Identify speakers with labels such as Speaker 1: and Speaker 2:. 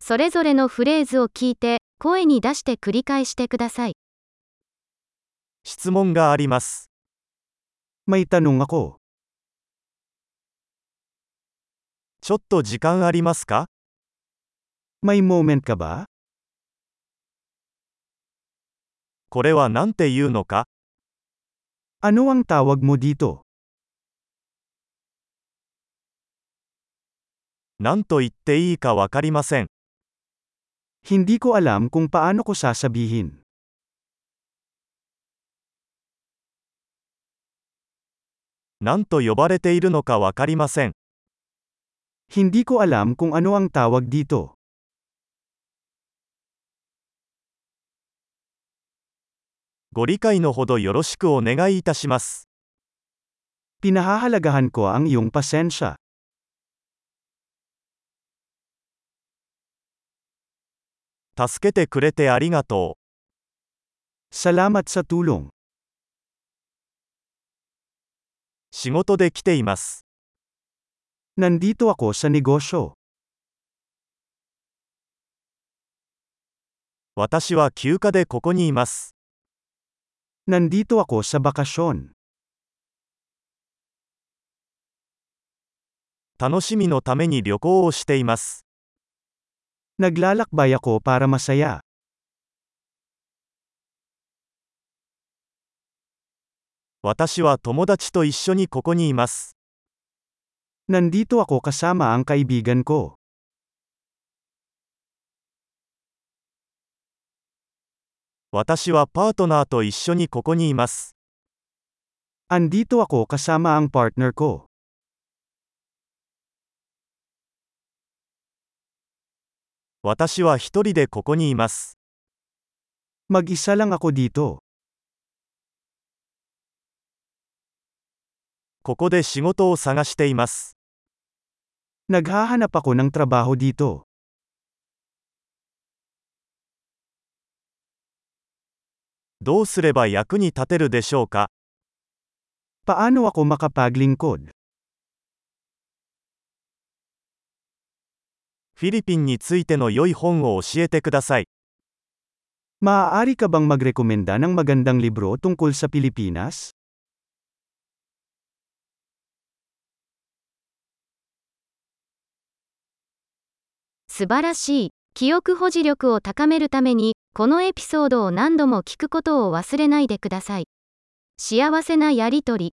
Speaker 1: それぞれのフレーズを聞いて、声に出して繰り返してください。
Speaker 2: 質問があります。
Speaker 3: May tanong ako.
Speaker 2: ちょっと時間ありますか
Speaker 3: May moment ka ba?
Speaker 2: これは何て言うのか
Speaker 3: Ano ang tawag mo dito?
Speaker 2: 何と言っていいかわかりません。
Speaker 3: Hindi ko alam kung paano ko sasabihin.
Speaker 2: 何と呼ばれているのかわかりません。
Speaker 3: Hindi ko alam kung ano ang tawag dito.
Speaker 2: ご理解のほどよろしくお願いいたします。
Speaker 3: Pinahahalagahan ko ang iyong pasensya.
Speaker 2: 助けてくれてありがと
Speaker 3: Salamat sa tulong.
Speaker 2: う。仕事で来ています。
Speaker 3: Nandito ako sa negosyo.
Speaker 2: 私は休暇でここにいます。
Speaker 3: Nandito ako sa bakasyon.
Speaker 2: 楽しみのために旅行をしています。
Speaker 3: Naglalakbay ako para masaya.
Speaker 2: 私は友達と一緒にここにいます。
Speaker 3: Nandito ako kasama ang kaibigan ko.
Speaker 2: 私はパートナーと一緒にここにいます。
Speaker 3: Andito ako kasama ang partner ko.
Speaker 2: 私は一人でここにいます。
Speaker 3: Mag-isa lang ako dito.
Speaker 2: ここで仕事を探しています。
Speaker 3: Naghahanap ako ng trabaho dito.
Speaker 2: どうすれば役に立てるでしょうか
Speaker 3: Paano ako makapaglingkod?
Speaker 2: フィリピンについての良い本を教えてください。
Speaker 3: Maaari ka bang magrekomenda ng magandang libro tungkol sa Pilipinas?
Speaker 1: 素晴らしい。記憶保持力を高めるために、このエピソードを何度も聞くことを忘れないでください。幸せなやりとり。